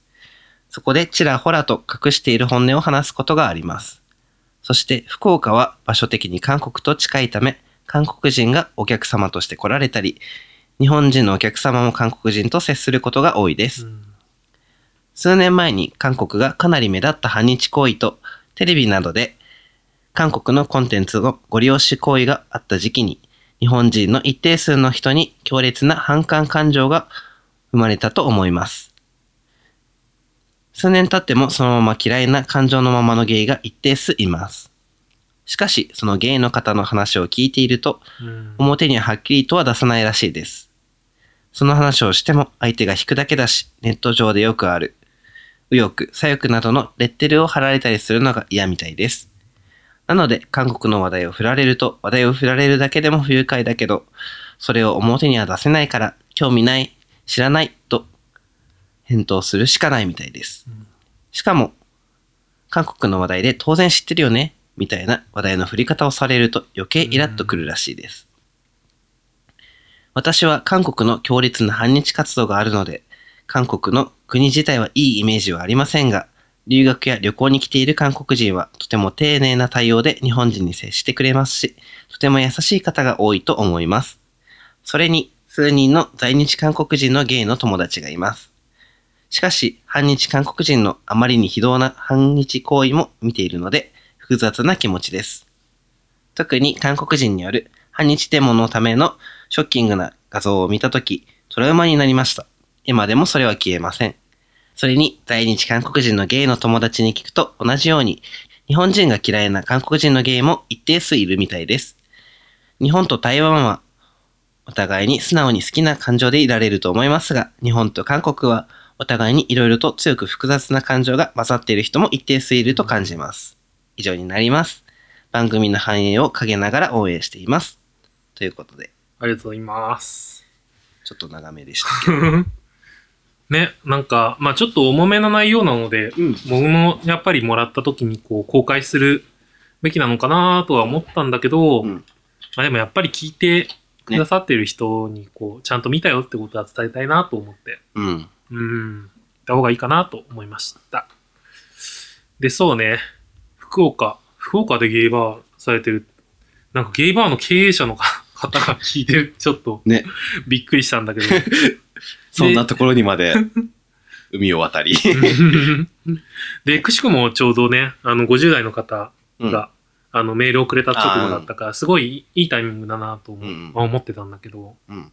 A: そこでちらほらと隠している本音を話すことがあります。そして福岡は場所的に韓国と近いため、韓国人がお客様として来られたり、日本人のお客様も韓国人と接することが多いです。数年前に韓国がかなり目立った反日行為とテレビなどで韓国のコンテンツのご利用し行為があった時期に日本人の一定数の人に強烈な反感感情が生まれたと思います。数年経ってもそのまま嫌いな感情のままのゲイが一定数います。しかし、そのゲイの方の話を聞いていると、
B: うん
A: 表にははっきりとは出さないらしいです。その話をしても相手が引くだけだし、ネット上でよくある。右翼、左翼などのレッテルを貼られたりするのが嫌みたいです。なので、韓国の話題を振られると、話題を振られるだけでも不愉快だけど、それを表には出せないから、興味ない、知らない、と、返答するしかないみたいです
B: ん。
A: しかも、韓国の話題で当然知ってるよね、みたいな話題の振り方をされると余計イラッとくるらしいです。私は韓国の強烈な反日活動があるので、韓国の国自体はいいイメージはありませんが、留学や旅行に来ている韓国人はとても丁寧な対応で日本人に接してくれますし、とても優しい方が多いと思います。それに、数人の在日韓国人のゲイの友達がいます。しかし、反日韓国人のあまりに非道な反日行為も見ているので、複雑な気持ちです。特に韓国人による反日デモのためのショッキングな画像を見たとき、トラウマになりました。今でもそれは消えません。それに、在日韓国人のゲイの友達に聞くと同じように、日本人が嫌いな韓国人のゲイも一定数いるみたいです。日本と台湾は、お互いに素直に好きな感情でいられると思いますが、日本と韓国は、お互いに色々と強く複雑な感情が混ざっている人も一定数いると感じます。以上になります。番組の繁栄を陰ながら応援しています。ということで、
B: ありがとうございます。
A: ちょっと長めでしたけ
B: *laughs* ね、なんか、まあちょっと重めの内容なので、
A: ど。うん。
B: 僕もやっぱりもらった時にこう公開するべきなのかなとは思ったんだけど、
A: うん
B: まあでもやっぱり聞いてくださってる人にこう、ちゃんと見たよってことは伝えたいなと思って、
A: うん。
B: うん、行った方がいいかなと思いました。で、そうね、福岡、福岡でゲイバーされてる、なんかゲイバーの経営者の方が聞いて、ちょっと、
A: ね
B: びっくりした
A: *laughs*
B: んだけど、
A: そんなところにまで、海を
B: *laughs*
A: 渡り。
B: で、くしくもちょうどね、あの、50代の方
A: うん
B: が、あの、メールをくれた直後だったから、すごいいいタイミングだなと思,、
A: うん
B: 思ってたんだけど、
A: うん。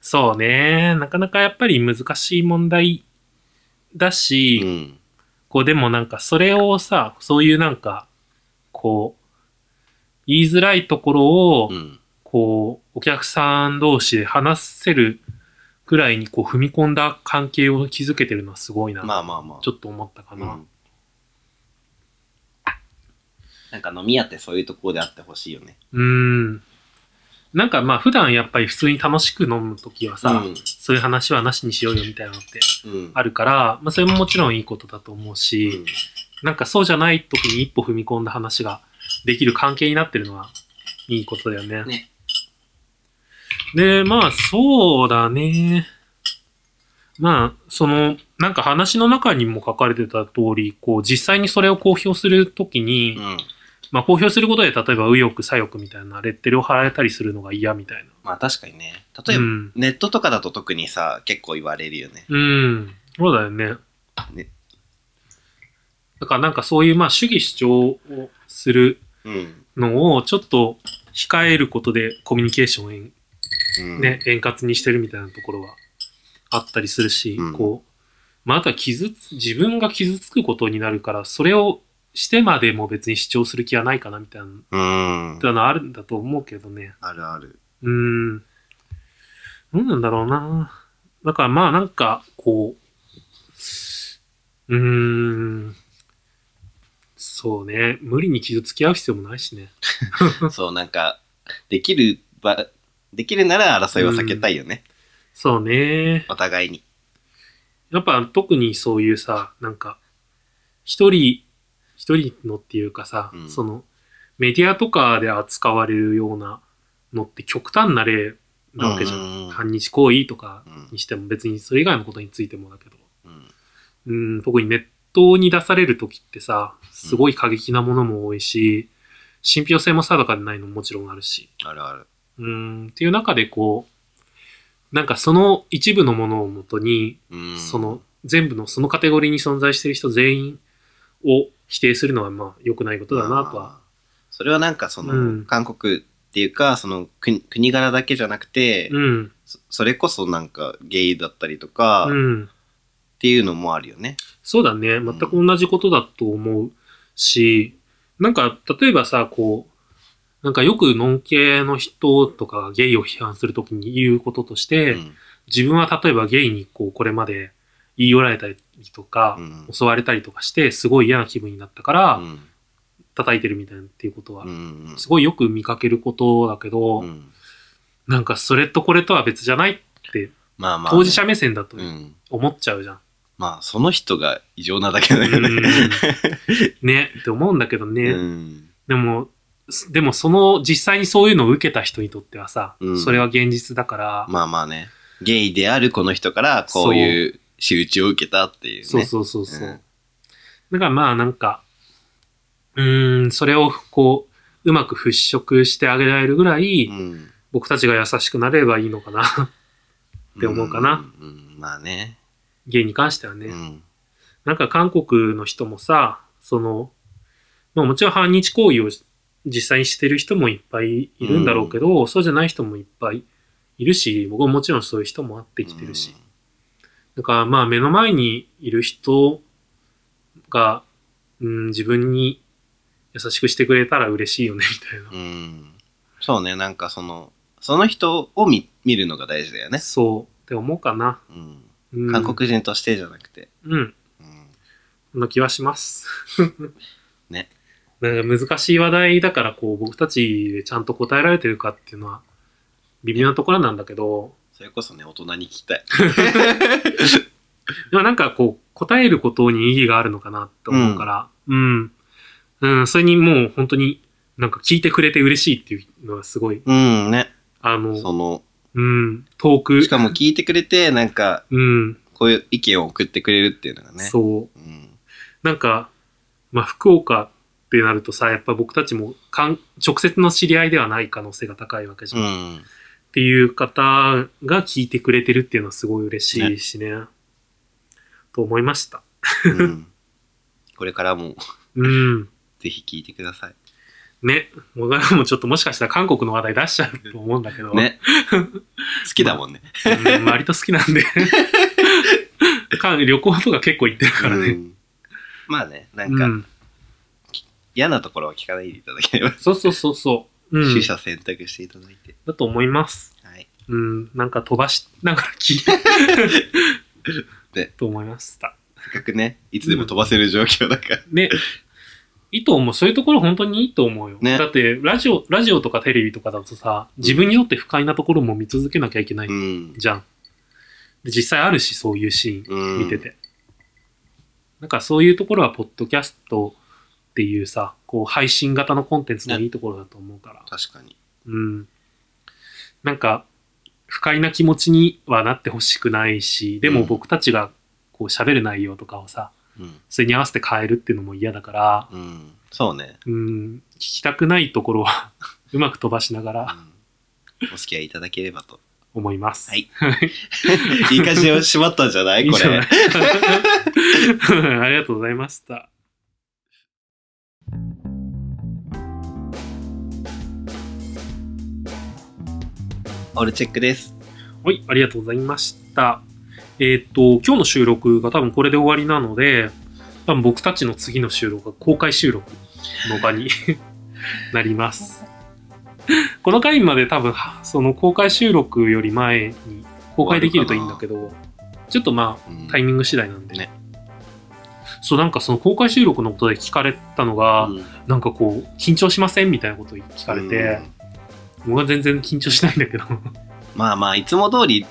B: そうね、なかなかやっぱり難しい問題だ
A: う
B: し、
A: ん。
B: こう、でもなんかそれをさ、そういうなんか、こう、言いづらいところを、
A: うん。
B: こう、お客さん同士で話せるくらいに、こう、踏み込んだ関係を築けてるのはすごいな、
A: まあまあまあ。
B: ちょっと思ったかな。
A: うんなんか飲み屋ってそういうところであってほしいよね。
B: うーん。なんかまあ普段やっぱり普通に楽しく飲むときはさ、
A: うん
B: そういう話はなしにしようよみたいなのって
A: うん。
B: あるから、まあそれももちろんいいことだと思う
A: う
B: し、
A: ん
B: なんかそうじゃないときに一歩踏み込んだ話ができる関係になってるのはいいことだよね。
A: ね
B: で、まあそうだね。まあ、その、なんか話の中にも書かれてた通り、こう実際にそれを公表するときに、
A: うん。
B: まあ公表することで、例えば右翼左翼みたいなレッテルを貼られたりするのが嫌みたいな。
A: まあ確かにね。例え
B: う
A: ば、
B: ん。
A: ネットとかだと特にさ、結構言われるよね。
B: うん。そうだよね。
A: ね
B: だからなんかそういうまあ主義主張をする
A: うん。
B: のをちょっと控えることでコミュニケーションを円,、
A: うん
B: ね。円滑にしてるみたいなところはあったりするし、
A: うん
B: こう、まあ、あとは傷つ、自分が傷つくことになるから、それをしてまでも別に主張する気はないかなみたいな、
A: うん。
B: っていうのはあるんだと思うけどね。
A: あるある。
B: うーん。何なんだろうな。だからまあなんか、こう、うーん。そうね。無理に傷つき合う必要もないしね。
A: そう、なんか、できるば、できるなら争いは避けたいよね。
B: そうね。
A: お互いに。
B: やっぱ特にそういうさ、なんか、一人、一人のっていうかさ、
A: うん
B: その、メディアとかで扱われるようなのって極端な例なわけじゃん。
A: うん
B: 反日行為とか
A: うん
B: にしても別にそれ以外のことについてもだけど。
A: うん。
B: うん、特にネットに出される時ってさ、すごい過激なものも多いし、信憑性も定かでないのももちろんあるし、
A: あるある。
B: うん、っていう中でこう、なんかその一部のものをもとに、
A: うん。
B: その全部のそのカテゴリーに存在している人全員を否定するのはまあ良くないことだなとは。
A: あー。それはなんかその、
B: うん
A: 韓国っていうか、その国国柄だけじゃなくて、
B: うん、
A: そ、それこそなんかゲイだったりとか、
B: う
A: っ
B: ん。
A: ていうのもあるよね。
B: そうだね。全く同じことだと思うし、なんか、例えばさ、こう、なんかよくノン系の人とかがゲイを批判するときに言うこととして、
A: うん
B: 自分は例えばゲイにこう、これまで言い寄られたりとか、
A: うん
B: 襲われたりとかして、すごい嫌な気分になったから、
A: うん
B: 叩いてるみたいなっていうことは、
A: うん
B: すごいよく見かけることだけど、
A: うん
B: なんかそれとこれとは別じゃないって、
A: まあまあ、
B: 当事者目線だと
A: うん。
B: 思っちゃうじゃん。
A: まあ、その人が異常なだけだよね。
B: うん *laughs* ね、って思うんだけどね。
A: *laughs* うん
B: でも、すでもその実際にそういうのを受けた人にとってはさ、
A: うん
B: それは現実だから、
A: まあまあね。ゲイであるこの人からこういう仕打ちを受けたっていうね。
B: そうそうそうそう、
A: うん
B: だからまあなんか、うーん、それをこう、うまく払拭してあげられるぐらい、
A: ん。
B: 僕たちが優しくなれればいいのかな。 *laughs* って思うかな
A: うん。うん、まあね。
B: ゲイに関してはね。
A: うん。
B: なんか韓国の人もさ、その、まあもちろん反日行為を実際にしてる人もいっぱいいるんだろうけど、そうじゃない人もいっぱいいるし、僕ももちろんそういう人も会ってきてるし。だからまあ目の前にいる人が、うん、自分に優しくしてくれたら嬉しいよね、みたいな。
A: うん。うん。そうね、なんかその、その人を見見るのが大事だよね。
B: そうって思うかな。
A: うん。
B: うん、
A: 韓国人としてじゃなくて。
B: うん、
A: うん。
B: そんな気はします。
A: ね。
B: なんか難しい話題だから、こう、僕たちでちゃんと答えられてるかっていうのは、微妙なところなんだけど、
A: それこそね、大人に聞きたい。
B: でもなんかこう、答えることに意義があるのかなって思うから、うん。うん、それにもう本当に、なんか聞いてくれて嬉しいっていうのはすごい、
A: うん、ね。
B: あ
A: そ
B: の、
A: の、
B: うん、遠く
A: し、かも聞いてくれて、なんか、
B: うん、
A: こういう意見を送ってくれるっていうのがね。
B: そう。
A: うん。
B: なんか、まあ、福岡ってなるとさ、やっぱ僕たちもかん直接の知り合いではない可能性が高いわけじゃ。
A: うんん。
B: っていう方が聞いてくれてるっていうのはすごい嬉しいしね。と思いました。
A: うん、 *laughs* これからも、
B: うん。
A: ぜひ聞いてください。
B: ね。僕らもちょっともしかしたら韓国の話題出しちゃうと思うんだけど。
A: ね。好きだもんね。
B: *laughs* うん。割と好きなんで。韓旅行とか結構行ってるから
A: う
B: ね。
A: んまあね、な
B: うん
A: か
B: ん。
A: 嫌なところは聞かないでいただければ、
B: そうそうそうそう。うん。
A: 取捨選択していただいて。
B: だと思います。
A: はい。
B: うん。なんか飛ばしながら聞いて
A: で。
B: と思いました。
A: せっかくね、いつでも飛ばせる状況だから。
B: ね。いいと思う。そういうところ本当にいいと思うよ。
A: ね
B: だって、ラジオ、ラジオとかテレビとかだとさ、自分にとって不快なところも見続けなきゃいけない
A: うん。
B: じゃん。で実際あるし、そういうシー
A: う
B: ン、
A: ん
B: 見て。て。なんかそういうところは、ポッドキャストっていうさ、こう、配信型のコンテンツのいいところだと思うから。
A: 確かに。
B: うん。なんか、不快な気持ちにはなってほしくないし、でも
A: うん
B: 僕たちがこう喋る内容とかをさ、
A: うん。
B: それに合わせて変えるっていうのも嫌だから、
A: うん。そうね。
B: うん、聞きたくないところは *laughs* うまく飛ばしながら
A: うんお付き合いいただければと。 *laughs*
B: 思います。
A: はいいい感じを締まったんじゃない
B: いい
A: こ
B: じゃない。
A: れ。
B: *laughs* ありがとうございました。
A: オールチェックです。
B: はい、ありがとうございました。えーっ、と、今日の収録が多分これで終わりなので、多分僕たちの次の収録が公開収録の場に *laughs* なります。この回まで多分、はその公開収録より前に公開できるといいんだけど、ちょっとまあ、
A: うん
B: タイミング次第なんで。
A: ね
B: そう、なんかその公開収録のことで聞かれたのが、
A: うん
B: なんかこう、緊張しませんみたいなこと聞かれて、
A: うん
B: 僕は全然緊張しないんだけど。 *laughs*
A: まあまあ、いつも通り、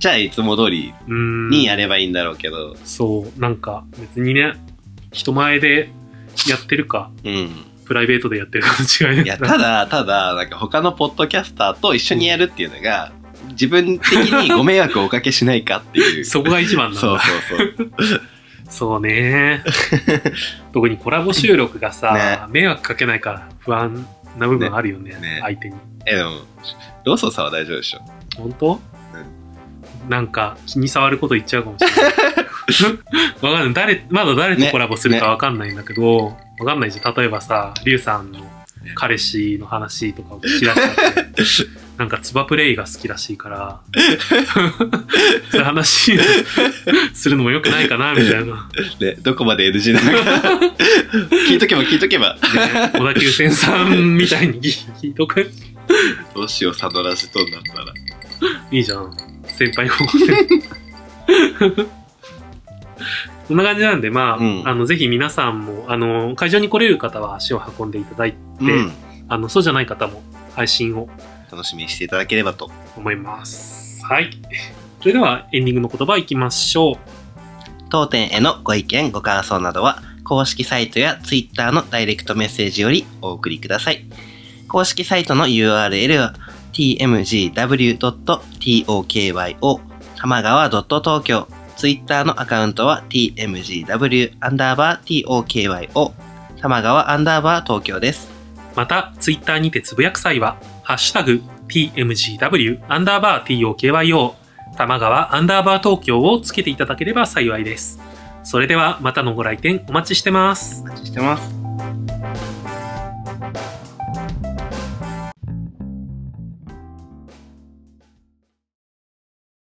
A: じゃあいつも通り
B: うーん。
A: にやればいいんだろうけど。
B: そう、なんか別にね、人前でやってるか、
A: うん。
B: プライベートでやってるかの違い
A: い
B: だ
A: や、ただ、ただ、なんか他のポッドキャスターと一緒にやるっていうのが、自分的にご迷惑をおかけしないかっていう。
B: そこが一番なんだ。
A: *laughs* そうそうそう。
B: そ
A: *laughs*
B: うね。特にコラボ収録がさ、迷惑かけないから不安な部分あるよね、
A: ねね
B: 相手に。
A: え、でも、ローソンさんは大丈夫でしょ。
B: 本当、なんか気に障ること言っちゃうかもしれない。わかんない *laughs* 誰まだ誰とコラボするかわかんないんだけど、わかんないじゃん例えばさリュウさんの彼氏の話とかを聞き出しちゃってなんかツバプレイが好きらしいからそういう話をするのもよくないかなみたいな、
A: ね、どこまで NG *laughs* なのか。聞いとけば聞いとけば。
B: ね小田急線さんみたいに聞いとく
A: どうしよう、サドラジとんだったら。
B: いいじゃん。先輩方で。
A: *laughs*
B: こんな感じなんで、まあ、
A: うん
B: あの、ぜひ皆さんも、あの、会場に来れる方は足を運んでいただいて、
A: うん。
B: あの、そうじゃない方も配信を
A: 楽しみにしていただければと。
B: 思います。はい。それでは、エンディングの言葉いきましょう。
A: 当店へのご意見、ご感想などは、公式サイトや Twitter のダイレクトメッセージよりお送りください。公式サイトの URL は tmgw.tokyo 玉川 .tokyo、ツイッターのアカウントは tmgw アンダーバー tokyo 玉川アンダーバー東京です。
B: また、ツイッターにてつぶやく際は、ハッシュタグ、tmgw アンダーバー tokyo、玉川アンダーバー東京をつけていただければ幸いです。それでは、またのご来店お待ちしてます。
A: お待ちしてます。